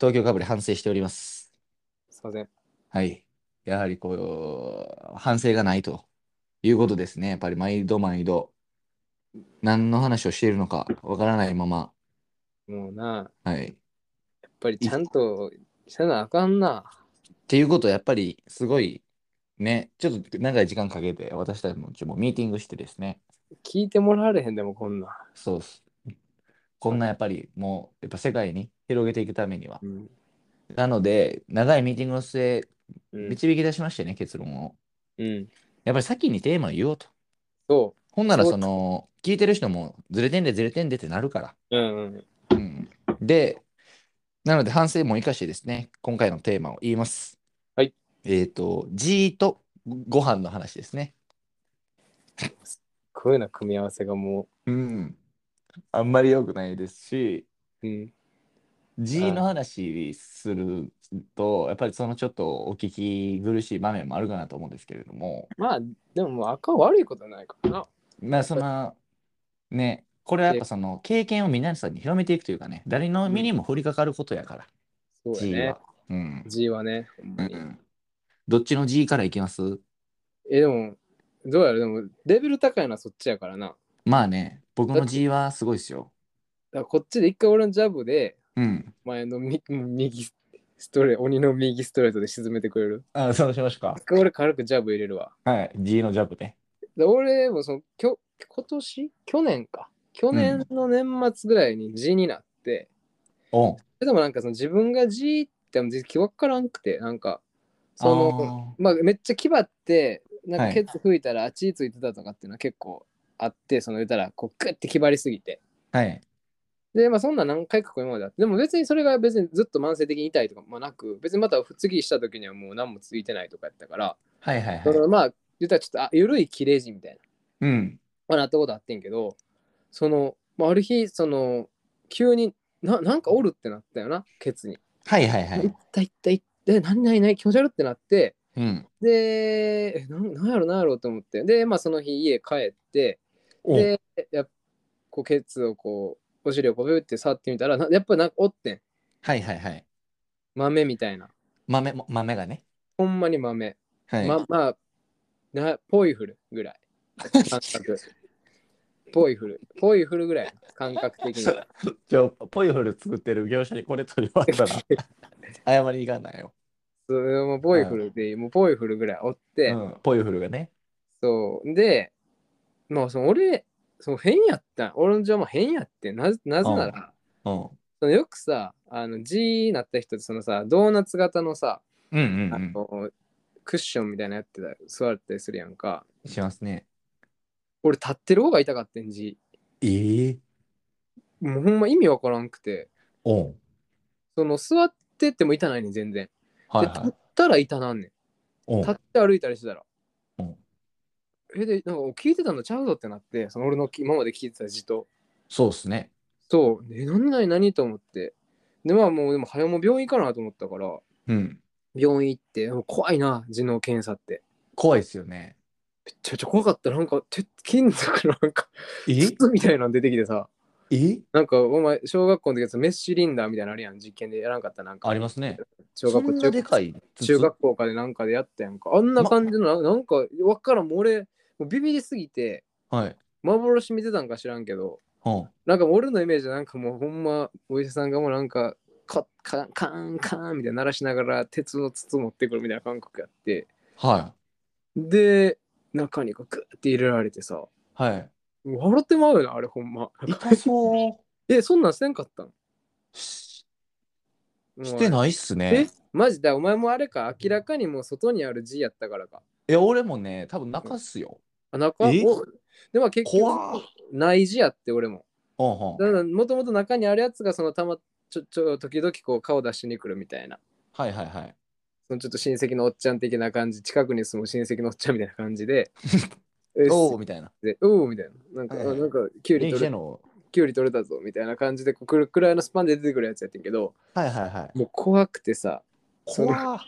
東京かぶれ反省しております。すいません。はい。やはりこう、反省がないということですね。やっぱり毎度毎度、何の話をしているのかわからないまま、もうな、はい。っやっぱりちゃんとせなあかんな。ていうことをやっぱりすごい、ね、ちょっと長い時間かけて、私たちもちょっとミーティングしてですね、聞いてもらわれへんでもこんなん。そうっす。こんなやっぱりもう、やっぱ世界に広げていくためには。うん。なので、長いミーティングの末、うん。導き出しましてね、結論を。うん、やっぱり先にテーマを言おうと。そほんならそうその、聞いてる人も、ずれてんでずれてんでってなるから。う。うんうん。うん、で、なので反省も生かしてですね、今回のテーマを言います。はい。えっと、G とご飯の話ですね。こういうような組み合わせがもうん。あんまり良くないですし、う、うん。 G の話すると、やっぱりそのちょっとお聞き苦しい場面もあるかなと思うんですけれども、まあ、でももうあかん悪いことはないからな。まあその、ね、これはやっぱその経験を皆さんに広めていくというかね、誰の身にも降りかかることやから、そう G やねは。。うん。 G はね。ほんうまにん、どっちの G からいきますえ、でも、どうやらでも、レベル高いのはそっちやからな。だかまあね、僕だのって G はすごいですよ。らこっちで一回俺のジャブで、うん。前のみ右ストレート、鬼の右ストレートで沈めてくれる。あ、そうしましょうか一。回俺軽くジャブ入れるわ。はい、G のジャブね。で俺もそのきょ今年去年か去年の年末ぐらいに G になって、おん。でもなんかその自分が G っても気分からんくてなんかそのまあめっちゃ気張ってなんはかいケツ吹いたらあっちついてたとかっていうのは結構あってその言ったらこうグッて気張りすぎてあーはい。でまあそんな何回かこう今まであってでも別にそれが別にずっと慢性的に痛いとかもなく別にまた次した時にはもう何もついてないとかやったから、はいはいそはい。のまあ言ったらちょっとあ緩い切れ字みたいなうん。まあ、なったことあってんけどその、まあ、ある日その急にななんかおるってなったよなケツに。、はいはいはいっい。たいったいったえ何何何気持ち悪ってなってうん。でえなんなんやろなんやろと思ってでまあその日家帰っておでやっこうケツをこうお尻をこうビュって触ってみたらなやっぱなんかおってんはいはいはい。豆みたいな豆も、豆がね。ほんまに豆、はい。 ままあなポイフルぐらい感 覚ポイフルポイフルぐらい感覚的に。ちょ、ポイフル作ってる業者にこれ取り終 わったら、謝りに行かないよ。そうもうボイフルで、もうボイフルぐらいおって、うん。ポイフルがね。そうでまあその俺その変やったん俺の情報変やってんなぜなぜなら、うん。そのよくさあの G になった人ってそのさドーナツ型のさ、うんうんあうのクッションみたいなのやってた座ったりするやんかん。しますね。俺立ってる方が痛かったん G ええ。もうほんま意味わからんくておん。その座ってても痛ないねん全然、はいでは立いっ。たら痛なんねんお立っん。て歩いたりしてたら。うんえでなんか聞いてたのちゃうぞってなってその俺の今まで聞いてた字とそうっすね。そう「え何何何?」と思ってでまあもうでも早も病院行かなと思ったからうん。病院行ってでも怖いな字の検査って怖いっすよね。めっちゃめちゃ怖かったなんか鉄金属のなんかえ筒みたいなの出てきてさえなんかお前小学校の時やつメッシュリンダーみたいなのあるやん実験でやらんかったなんかありますね。小学校そんなでかい筒中学校かでなんかでやったやんかあんな感じのな,、なんかわからんもう俺もうビビりすぎてはい。幻見てたんか知らんけどうん。なんか俺のイメージはなんかもうほんまお医者さんがもうなんかカッカンカーンカーンみたいな鳴らしながら鉄の筒持ってくるみたいな感覚やってはで中にこうグーって入れられてさい。はい。笑ってまうよなあれほんま痛そう。えそんなんせんかったんしお前してないっすえね。マジだお前もあれか明らかにもう外にある G やったからかいや、俺もね、多分中っすよ。あ中えおでも結怖っ局内 G やって俺もうんうん。だからもともと中にあるやつがそのたまちょちょ時々こう顔出しに来るみたいなはいはいはい。そのちょっと親戚のおっちゃん的な感じ、近くに住む親戚のおっちゃんみたいな感じで、えおおみたいな。でおうみたいな。なんか、はいはいなんかキュウリ電取車れ、の。キュウリ取れたぞみたいな感じで、こうくるくらいのスパンで出てくるやつやってんけど、はいはいはい。もう怖くてさ、それ怖っ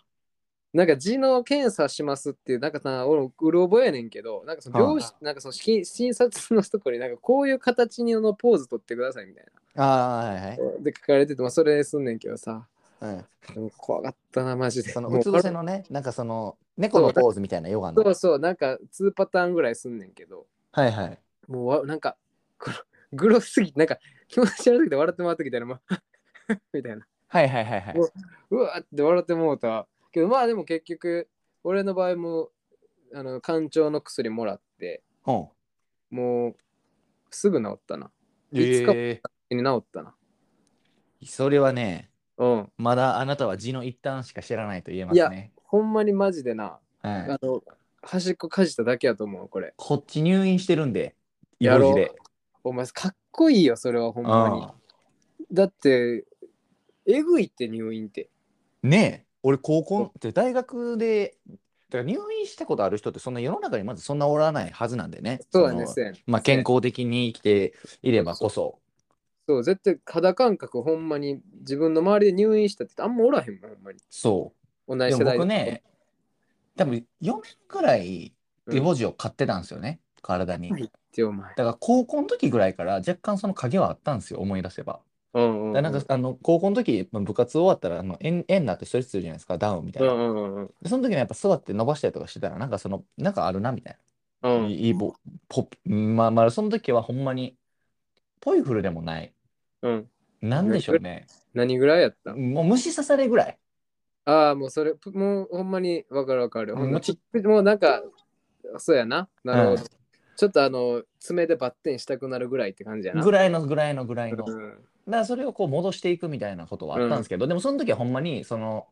なんか痔の検査しますっていう、なんかさ、俺、うろ覚えやねんけど、なんかその病室、なんかその診診察のところに、なんかこういう形のポーズ取ってくださいみたいな。ああー、はいはい。で、書かれてて、まあ、それすんねんけどさ、うん、なんか怖かったな、マジで。そのもううつ伏せのね、なんかその、猫のポーズみたいなヨガの。そうそう、なんか2パターンぐらいすんねんけど、はいはい。もうわなんか、このグロすぎて、なんか気持ち悪すぎて笑ってもらってきたら、まあ、みたいな。はいはいはいはい。もうわーって笑ってもうた。けどまあでも結局、俺の場合も、あの、肝腸の薬もらって、うん。もう、すぐ治ったな。いつかえ治ったな。ーそれはね、うん。まだあなたは字の一端しか知らないと言えますね。ほんまにマジでな、はい、あの、端っこかじっただけやと思う、これ。こっち入院してるんで、やろう4時で。お前、かっこいいよ、それはほんまに。だって、えぐいって入院って。うんねえ、俺高校って大学で、だから入院したことある人ってそんな世の中にまずそんなおらないはずなんでね。そうだね、のそうやねまあ、健康的に生きていればこそ。そう、絶対肌感覚ほんまに自分の周りで入院したってあんまおらへんもん、ほんまに。そう。同じで世も代僕ね、多分4年くらいデボジを買ってたんですよね、体に。はいってお前。だから高校の時ぐらいから若干その影はあったんですよ、思い出せば。うんうん、うだん。からなんかあの高校の時、まあ部活終わったらあの円円になって一人ずついるじゃないですか、ダウンみたいうな。んうんうんでその時にやっぱ座って伸ばしたりとかしてたら、なんかその、なんかあるなみたいうん。うな。んいいいいぼポップまあまあ、その時はほんまに、ポイフルでもない。うん。なんでしょうね。何ぐらいやったもう虫刺されぐらい。ああ、もうそれ、ぷもうほんまにわかるわかる。うんほんまもうちもうなんか、そうやな。なるほど。うんちょっとあの、爪でバッテンしたくなるぐらいって感じやな。ぐらいのぐらいのぐらいのう。んだからそれをこう戻していくみたいなことはあったんですけど、でもその時はほんまにその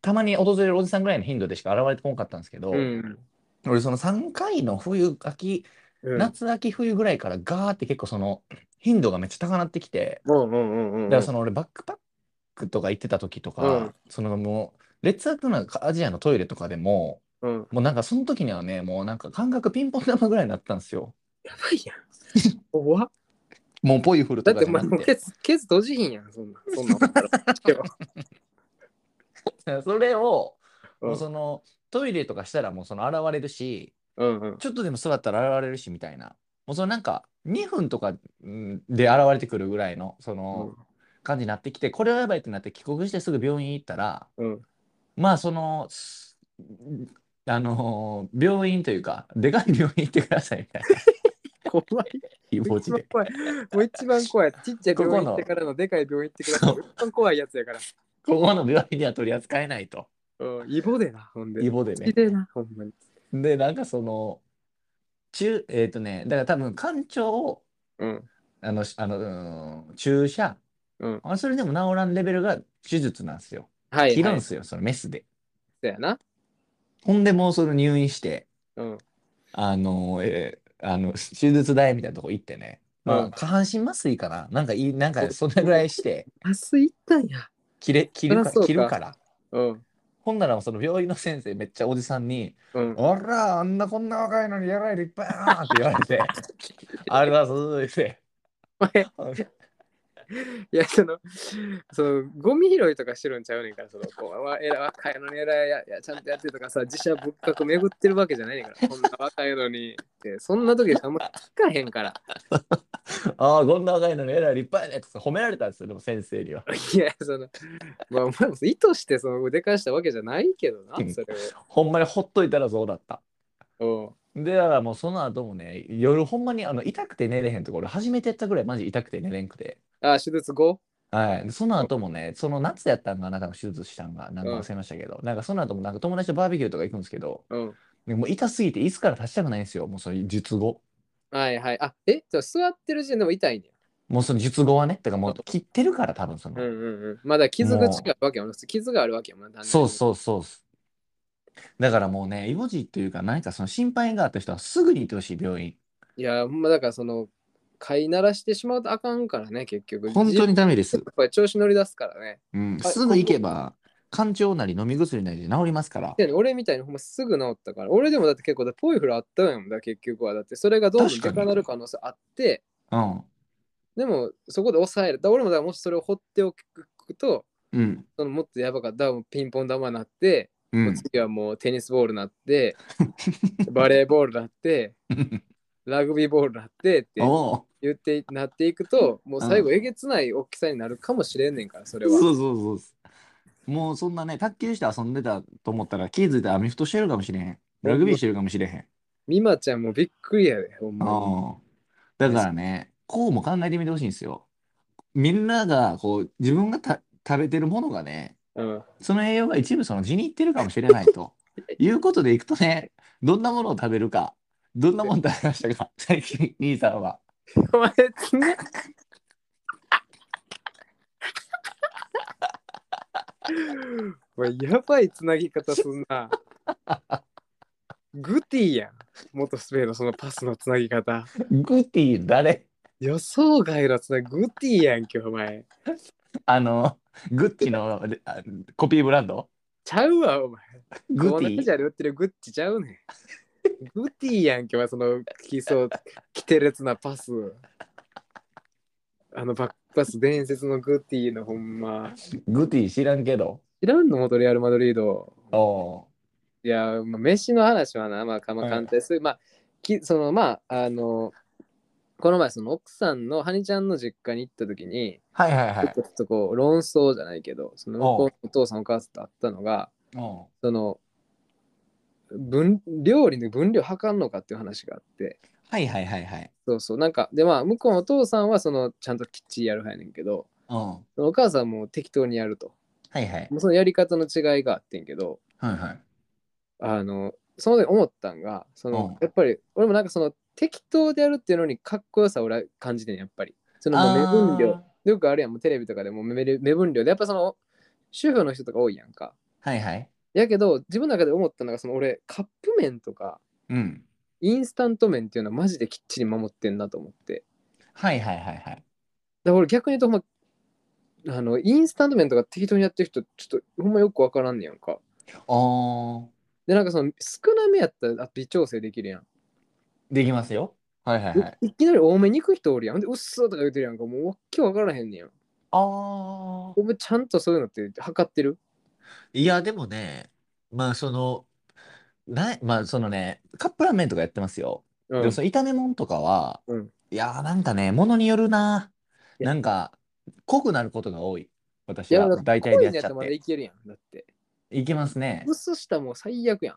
たまに訪れるおじさんぐらいの頻度でしか現れてこなかったんですけど、うん。俺その3回の冬秋うん。夏秋冬ぐらいからガーって結構その頻度がめっちゃ高なってきて、うんうんうんうんうん。だからその俺バックパックとか行ってた時とか、うんそのもう劣悪なアジアのトイレとかでも うん。もうなんかその時にはねもうなんか感覚ピンポン玉ぐらいになったんですよ。やばいやん。怖っもうポイフルだとっかてじおゃな前もくうてケツ、ケツ閉じひんやん、そ んな。そんなんあったらそれをう もんうそのトイレとかしたらもうその現れるしうんうん。ちょっとでも座ったら現れるしみたいなもうそのなんか2分とかうんで現れてくるぐらいのその感じになってきてこれはやばいってなって帰国してすぐ病院行ったらうん。まあそのすあのー病院というかでかい病院行ってください みたいな怖い。気持一ち番で。怖い。もう一番怖い。ちっちゃい病院行ってからのでかい病院行ってからのそう一番怖いやつやから。ここの病院では取り扱えないと。うん。イボでな、ほんで。イボで好きね。でな、ほんまに。で、なんかその、中、えっ、とね、だから多分、肝腸を、うん。あの、しあの、うん注射、うん。あそれでも治らんレベルが手術なんですよ。はい、切るはんい。ですよ、そのメスで。そうやな。ほんでもうその入院して、うん。あの、えーあの手術台みたいなとこ行ってね、まあうん下半身麻酔かな、なんかいい、なんかそんなぐらいして、明日行ったんや。切れ、切るか、 そりゃそうか切るから。うん。ほんならその病院の先生めっちゃおじさんに「うん。あらあんなこんな若いのにやらいでいっぱいやな」って言われ て「あれだぞ」ってお前言っていや、その、その、ゴミ拾いとかしてるんちゃうねんから、その、こう、わえら若いのにえらいやいや、ちゃんとやってとかさ、自社仏閣巡ってるわけじゃないねんから、こんな若いのに。ってそんな時あんま聞かへんから。 「ああこんな若いのにえらい立派やね」って褒められたんですよでも先生にはいや、その、まあ、お前も意図してその腕返したわけじゃないけどなう、んそれほんまにほっといたらそうだったを。で、だからもうその後もね、夜ほんまにあの痛くて寝れへんところ、初めてやったぐらいマジ痛くて寝れんくて。うん。あ、手術後はい。でその後もね、その夏やったんが、なんかの手術したんが、なんか忘れましたけど、なんかその後もなんか友達とバーベキューとか行くんですけど、うん。でもう痛すぎて椅子から立ちたくないんですよ、もうその術後。はいはい。あ、え、じゃあ座ってる時点でも痛いんや。もうその術後はね、だからもう切ってるから多分その。うんうんうん。まだ傷口があるわけやもん。傷があるわけやもんな。そうそうそう。だからもうね、イボジというか、何かその心配があった人はすぐに行ってほしい、病院。う。いや、ほんまだからその、飼いならしてしまうとあかんからね、結局。本当に。にダメでやすっ。ぱり調子乗り出すからね。うん。はいすぐ行けば、肝腸なり飲み薬なりで治りますから。で俺みたいにほんますぐ治ったから。俺でもだって結構だってポイフルあったんやもんだ、結局は。だってそれがどんどん確かでにかなる可能性あって、うん。でもそこで抑える。だから俺もだからもしそれを放っておくと、うん。そのもっとやばかったらもうピンポン玉になって、うもう次はもうテニスボールにな って、バレーボールになって、ん。ラグビーボールになってっておう言ってなっていくと、もう最後えげつない大きさになるかもしれんねんから、それは。そうそうそう。もうそんなね、卓球して遊んでたと思ったら、気づいたらアメフトしてるかもしれへん。ラグビーしてるかもしれへん。美馬ちゃんもびっくりやで、ほんまに。ああ。だからね、こうも考えてみてほしいんですよ。みんなが、こう、自分がた食べてるものがね、うん。その栄養が一部その地に行ってるかもしれない ということでいくとね、どんなものを食べるか、どんなもの食べましたか、最近、兄さんは。お前ね。お前やばいつなぎ方すんな。グティやん。元スペインのそのパスのつなぎ方。グティ誰予想外のつなぎ、グティやんけ、お前。あの、グッチのであコピーブランドちゃうわ、お前。グこテのィじゃ売ってるグッチちゃうねん。グッティやんけ、お前その基礎、キテレツなパス。あのバックパス、伝説のグッティのほんま。グティ知らんけど。知らんの元レアル・マドリード。おいや、まあ、飯の話はな、まあ、かまはい簡単です。まあ、きその、まあ、あの、この前、その奥さんの、ハニちゃんの実家に行った時に、はいはいはちょっとこう、論争じゃないけど、その向こうのお父さん、お母さんと会ったのが、い。おうその、分料理の分量測んのかっていう話があって、はいはいはいはい。そうそう、なんか、で、まあ、向こうのお父さんは、その、ちゃんときっちりやるはやねんけど、うんはそのお母さんも適当にやると。いはい。もうそのやり方の違いがあってんけど、はいはい。あのその時思ったんがその、うんやっぱり俺もなんかその適当でやるっていうのにかっこよさを俺は感じてんやっぱりそのもう目分量あよくあるやんもうテレビとかでも目目分量でやっぱその主婦の人とか多いやんかーはいはい。やけど自分の中で思ったのがその俺カップ麺とかうん。インスタント麺っていうのはマジできっちり守ってんなと思ってはいはいはいはい。だから俺逆に言うとほんまあのインスタント麺とか適当にやってる人ちょっとほんまよくわからんねやんかおーでなんかその少なめやったら微調整できるやんできますよ。はいはいはい。いいきなり多めに行く人おるやん。ほんで、うっそーとか言うてるやんか。もうわっけわからへんねやん。あお前ちゃんとそういうのって測ってるいや、でもね、まあその、な、まあそのね、カップラーメンとかやってますよ。うでん。もその炒め物とかは、うんいやーなんかね、ものによるな。いやなんか、濃くなることが多い。私いや、はだから大体でやっちゃこっういうのやったらまだて。いけるやん。だって。いけますねう。っそしたらもう最悪やん。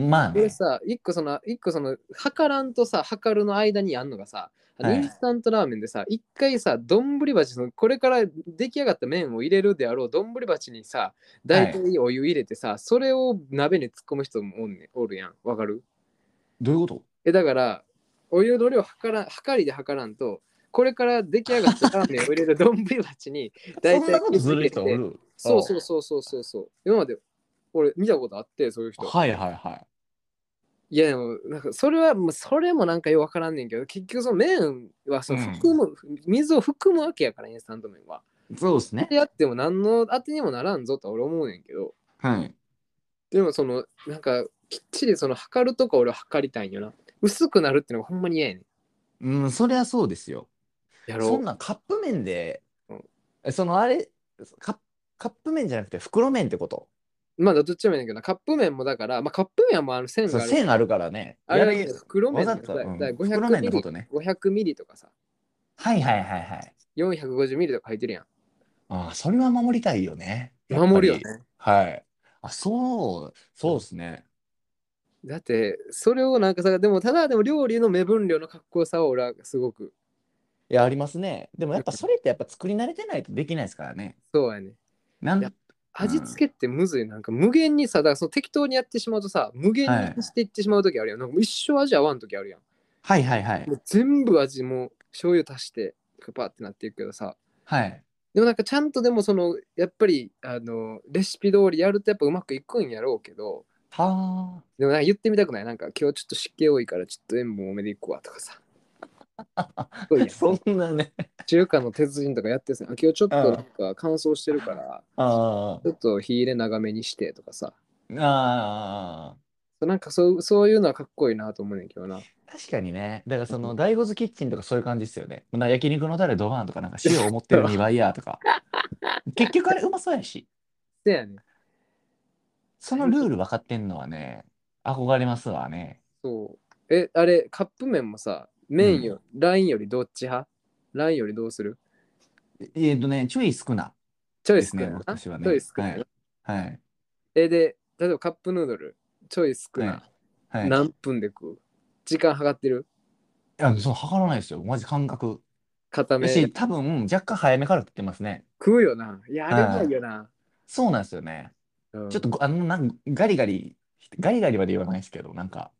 まあ俺ね。さ、一個その、一個その、測らんとさ、測るの間にやんのがさ、あのはいインスタントラーメンでさ、一回さ、丼鉢、そのこれから出来上がった麺を入れるであろう丼鉢にさ、大体お湯入れてさ、それを鍋に突っ込む人もおんねんおるやん。わかるどういうことえだからお湯の量測らん測りで測らんとこれから出来上がったラ ーメンを入れる丼鉢に大そんな体ことする人おるそうそうそうそうそうそう今まで俺見たことあってそういう人はいはいはい。いやでもなんかそれはもうそれもなんかよくわからんねんけど結局その麺はその含む、水を含むわけやからインスタント麺はそうですねで。やっても何の当てにもならんぞとは俺思うねんけどはい。でもそのなんかきっちりその測るとか俺は測りたいんよな薄くなるってのがほんまに嫌やねんうん、そりゃそうですよ。やろそんうなカップ麺でう、そのあれ、カップカップ麺じゃなくて袋麺ってこと。まあどっちでもいいんだけどなカップ麺もだから、まあ、カップ麺はもうあの線そうがある線あるからね。あれやはり袋麺だわざよとだうんだ袋麺500ミのリことね500ミリとかさはいはいはいはい。 450ミリとか入ってるやんああ、それは守りたいよね。やっぱり守るよねはい。あ、そう、そうですね。だってそれをなんかさでもただでも料理の目分量のかっこよさを俺はすごくいや、ありますね。でもやっぱそれってやっぱ作り慣れてないとできないですからね。そうやねなんいや味付けってむずいなんか無限にさだからその適当にやってしまうとさ無限にしていってしまう時あるやん、なんかもう一生味合わん時あるやんはいはいはいも。う全部味もう醤油足してパってなっていくけどさはい。でもなんかちゃんとでもそのやっぱりあのレシピ通りやるとやっぱうまくいくんやろうけどはでもなんか言ってみたくないなんか今日ちょっと湿気多いからちょっと塩分多めでいくわとかさあ。そうや そんなね。中華の鉄人とかやってさあ今日ちょっとなんか乾燥してるからあちょっと火入れ長めにしてとかさあ。ああ。そうなんかそうそういうのはかっこいいなと思うねんけどな確かにね。だからその、醍醐ズキッチンとかそういう感じですよね。な焼肉のタレドバーンとか、なんか塩思 ってる2倍やとか。結局あれうまそうやし。せやねんそのルール分かってんのはね、憧れますわね。そうえあれカップ麺もさ麺よ、ラインよりどっち派ラインよりどうするええーとね、注意少な。チョイスですねかな、私はねチョイスかな、はいはい。え、で、例えばカップヌードル、ちょい少な。はい。何分で食う時間計ってるいや、その測らないですよ。マジ感覚。固めやし、多分、若干早めから食ってますね。食うよな。いや、あれうまいよな。そうなんですよね。うんちょっとご、あの、なんかガリガリ、ガリガリまで言わないですけど、なんか、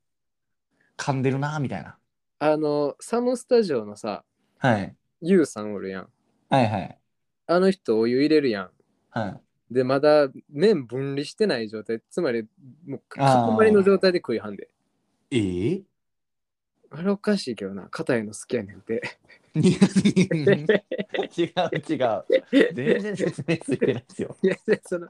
噛んでるな、みたいな。あの、サムスタジオのさ、はい。ユウさんおるやん。はいはい。あの人お湯入れるやん。はい。で、まだ麺分離してない状態。つまり、もうあー塊の状態で食いはんで。ええあれおかしいけどな。硬いの好きやねんて。 違う 違う。全然説明ついてないですよ。いやでその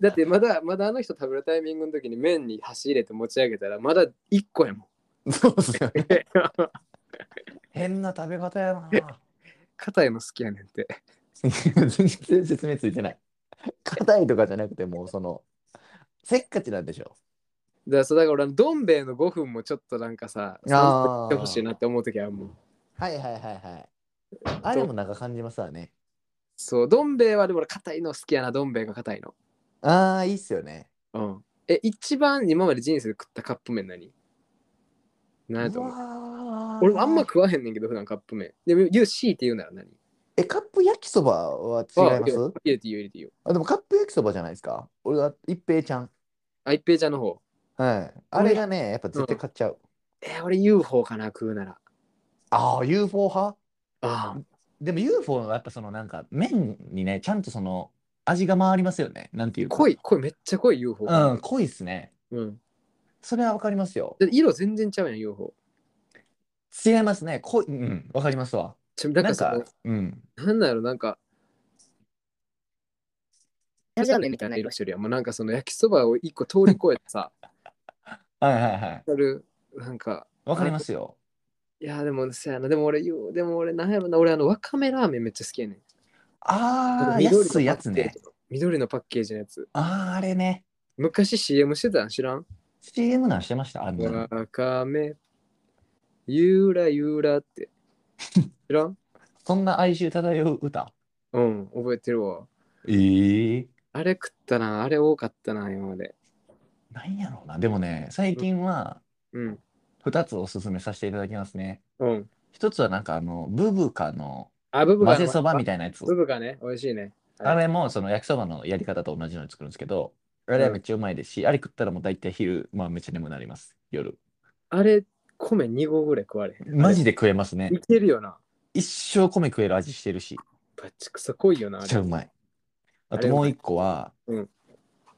だってまだまだあの人食べるタイミングの時に麺に箸入れて持ち上げたらまだ1個やもん。そうっすよね。変な食べ方やな。硬いの好きやねんて。 全然説明ついてない。硬いとかじゃなくて、もうその、せっかちなんでしょ。だからそうだから俺あのどん兵衛の5分もちょっとなんかさ、あーてほしいなって思う時あるもん。はいはいはいはい。あれもなんか感じますわね。そう、どん兵衛はでも俺硬いの好きやな、どん兵衛が硬いの。ああ、いいっすよね。うん。え、一番今まで人生で食ったカップ麺何何やと思う俺もあんま。食わへんねんけど、普段カップ麺。でも、言う C って言うなら何え、カップ焼きそばは違いますあ入れていいよ、入れていいよ。あでもカップ焼きそばじゃないですか。俺は一平ちゃん。あ、一平ちゃんの方。はい。あれがね、やっぱ絶対買っちゃう。えー俺 UFO かな、食うなら。ああ、UFO 派ああ、でも UFO はやっぱそのなんか麺にね、ちゃんとその味が回りますよね。なんていうか。濃い、濃い、めっちゃ濃い UFO。うん、濃いっすね。うん。それはわかりますよ。だって色全然ちゃうやん、UFO。違いますね。濃い、うん、わかりますわ。ちょなだからんそのか、うん。なんだろう、なんか、ラジャーメンみたいな色色してるやん。もうなんかその焼きそばを一個通り越えて さ、はいはいはい。ある、なんか、わかりますよ。いや、でも、せやな、でも俺、言うでも俺、なんやろな、俺、あの、わかめラーメンめっちゃ好きやねん。ああ、緑の安いやつね。パッケージの。緑のパッケージのやつ。ああ、あれね。昔 CM してたん知らん CM なんしてましたあんなのわかめ、ゆらゆらって。知らんそんな哀愁漂う歌。うん、覚えてるわ。ええあれ食ったな、あれ多かったな、今まで。なんやろうな。でもね、最近はうん。 2つおすすめさせていただきますね。うん。 1つはなんかあの、ブブカのあ、ブブ混がぜそばみたたいいなやつ。ブブがね、美味しいね。あれもその焼きそばのやり方と同じのに作るんですけど、あれはめっちゃうまいですし、あれ食ったらもう大体昼、まあめっちゃ眠くなります。夜。あれ、米2合ぐらい食われへん。マジで食えますねあれい。けるよな。一生米食える味してるし、バッチクソ濃いよな、めあっちゃれう。まい。ああとれもう一個は、うん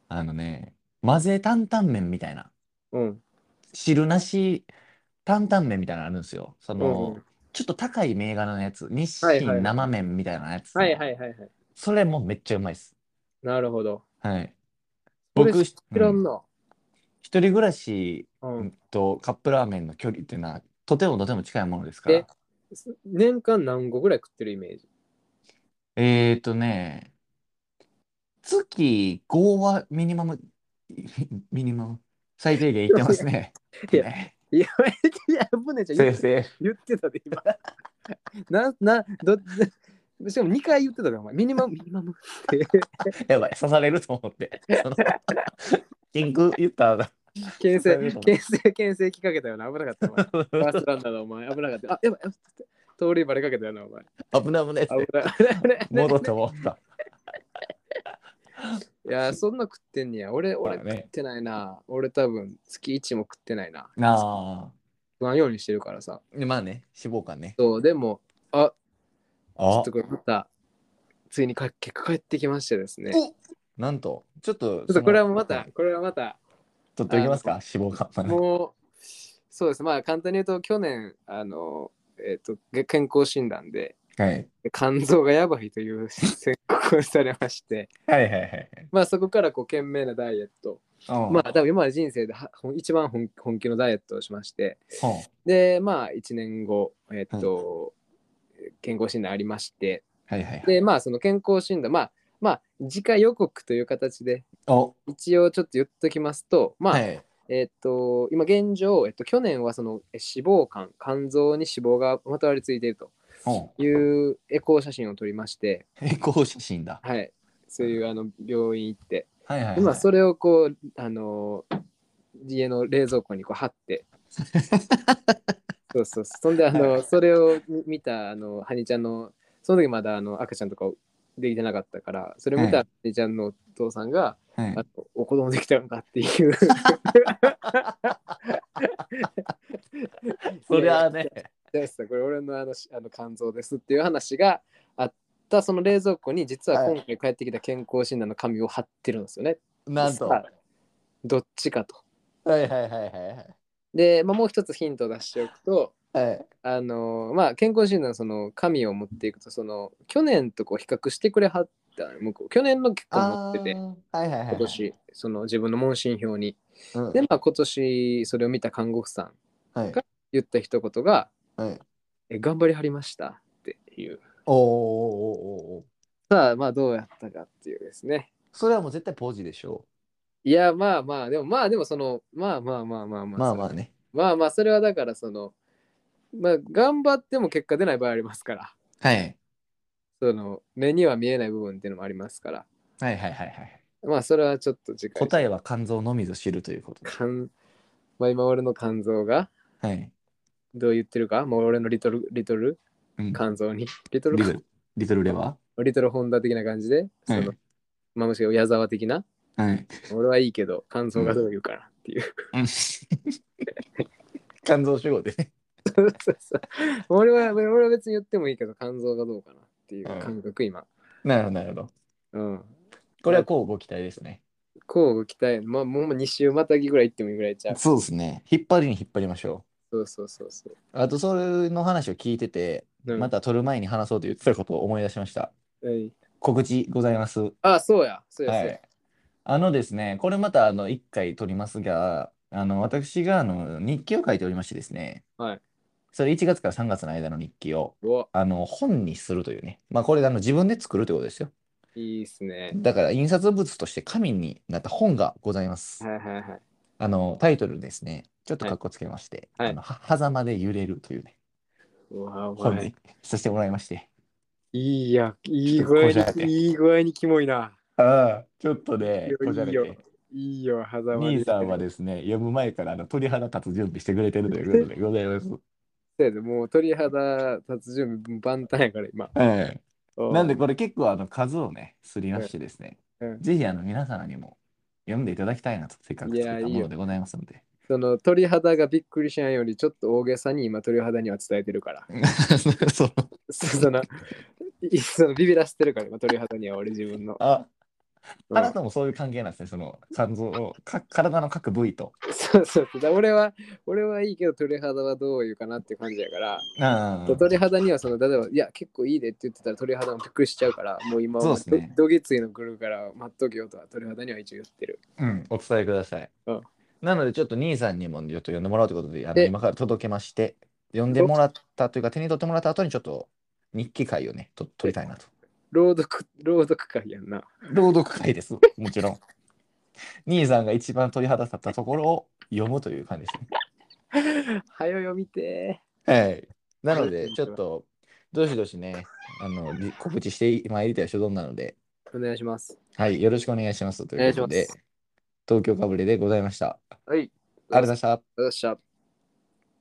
あのね、混ぜ担々麺みたいな、うん。汁なし担々麺みたいなのあるんですよ。その、うんちょっと高い銘柄のやつ、日はいはいは清い生麺みたいなやつ。はいはいはいはい。それもめっちゃうまいです。なるほど。はい。これ僕、知らうんんな。一人暮らしううんん。とカップラーメンの距離っていうのはとてもとても近いものですから。年間何個ぐらい食ってるイメージえーとね、月5はミニマム、 ミニマム、最低限いってますね。いやねいや、いや、ぶねちゃん言先って生、言ってたで、今。 な、な、ど、しかも2回言ってたで、お前。ミニマム、ミニマムって。やばい、刺されると思って。 そのキング言った ら、牽刺され制ると、思牽制、牽制きかけたよな。危なかった、お前。バスランナーだ、お前。危なかった。あ、やばい、やばい通りバレかけたよな、お前。危ない危ないっつって危ない危ない。 戻って思った。いや、そんな食ってんねや。俺、俺まあね食ってないな。俺多分、月1も食ってないな。なあ食わんようにしてるからさ。でまあね、脂肪肝ね。そう、でも、あ、ちょあっとこれまた、ついにか結果返ってきましてですね。ちょおなんと、ちょっと、ちょっっとこれはもうまた、これはまた、取っておきますか、脂肪肝まで。もう、そうです。まあ、簡単に言うと、去年、あの、えっ、と、げ健康診断で、はい。肝臓がやばいという 宣告をされまして、はいはいはいはい。まあ、そこから、こう、懸命なダイエット。うんまあ、多分今まで人生ではほん一番本本気のダイエットをしまして、うんで、まあ、1年後、えっと、健康診断ありまして、はいはいはい。で、まあ、その健康診断、まあ、まあ、次回予告という形で、お、一応ちょっと言っときますと、まあ、はい。えっと、今現状、えっと、去年はそのえ脂肪肝、肝臓に脂肪がまとわりついているとうんいうエコー写真を撮りまして、エコー写真だ。はい、そういうあの病院行って、はいはい、はい。今それをこうあの家の冷蔵庫にこう貼ってそうそうそうそんであのそれを見見たあのハニちゃんのその時まだあの赤ちゃんとかできてなかったからそれ見たはハニちゃんのお父さんが、はいあのお子供できたのかっていうそりゃあね。ですこれ俺のあのしあの肝臓ですっていう話があったその冷蔵庫に実は今回帰ってきた健康診断の紙を貼ってるんですよね。なんと。さはあどっちかと。いはいはいはで、まあ、もう一つヒントを出しておくと、い。はい。あのーまあ、健康診断その紙を持っていくとその去年とこう比較してくれはった向こう去年の結果を持っててーはいはいはい。今年その自分の問診票に。うん。で、まあ、今年それを見た看護婦さんはい。言った一言がはい。 「え頑張りはりました」っていうおーおーおーおーおーさあまあどうやったかっていうですねそれはもう絶対ポジでしょいやまあまあでもまあでもそのまあまあまあまあまう。あまあまあね。まあまあそれはだからそのまあ頑張っても結果出ない場合ありますからはい。その目には見えない部分っていうのもありますからはいはいはいはい。まあそれはちょっと次回答えは肝臓のみぞ知るということで。肝まあ今俺の肝臓がはい。どう言ってるかもう俺のリトルリトルうん、肝臓にリトルリトルリトルレバリトルホンダ的な感じでその、はいまあむしろ矢沢的なーはい。俺はいいけど肝臓がどう言うかなっていう、うん肝臓主語でね。そう そうそう俺は俺は別に言ってもいいけど肝臓がどうかなっていう感覚今なるほどなるほど。うんこれはこうご期待ですね。こうご期待まあもう2週またぎぐらい行ってもいいぐら いちゃうそうですね。引っ張りに引っ張りましょそうそうそうそうう。あと、それの話を聞いてて、うんまた撮る前に話そうと言ってたことを思い出しました。はい告知ございます。はあそうやそうやそうやい。あのですね、これまたあの1回撮りますが、あの私があの日記を書いておりましてですね、はいそれ1月から3月の間の日記をうわあの本にするというね、まあ、これあの自分で作るということですよ。いいっすねだから印刷物として紙になった本がございますは。いはいはいあのタイトルですね、ちょっとかっこつけまして、はいあのは狭間で揺れるというね、うわお本前にさせてもらいまして。いいや、いい具 合ちょっとこじゃれてに、いい具合にキモいな。ああ、ちょっとねいいよ、こじゃれいいよて。いいよ、狭間兄さんはで。ですね、読む前からあの鳥肌立つ準備してくれてるということでござい ます。そうやでもう鳥肌立つ準備万端やから今。ええ、なんでうこれ結構あの数をね、すりましてですね、うんぜひあの皆様にも読んでいただきたいなと、せっかく作っいやたいいもよのでございますので。その鳥肌がびっくりしないよりちょっと大げさに今鳥肌には伝えてるから。 そうそその、 いそのビビらせてるから今鳥肌には俺自分の。あ、うんあなたもそういう関係なんですね、その肝臓をか、体の各部位と。そう そうそう。だ俺は、俺はいいけど鳥肌はどういうかなっていう感じやから、ああ鳥肌にはその、例えば、いや、結構いいでって言ってたら鳥肌もびっくりしちゃうから、もう今そうはっすねどどぎついの来るから待っとけよとは鳥肌には一応言ってる。うん、お伝えくださいうん。なので、ちょっと兄さんにもちょっと読んでもらうということで、あのえ今から届けまして、読んでもらったというか、手に取ってもらった後にちょっと日記会をね、と取りたいなと。朗読、朗読会やんな。 朗読会です、 もちろん。兄さんが一番鳥肌立ったところを読むという感じですね。はよ読みてはい。なので、ちょっと、どしどしね、あのり告知してまいりたい所存なので、ー。お願いします。はい、よろしくお願いしますということお願でいしま、東京かぶれでございました。ありがとうはい。ございました。よっしゃ。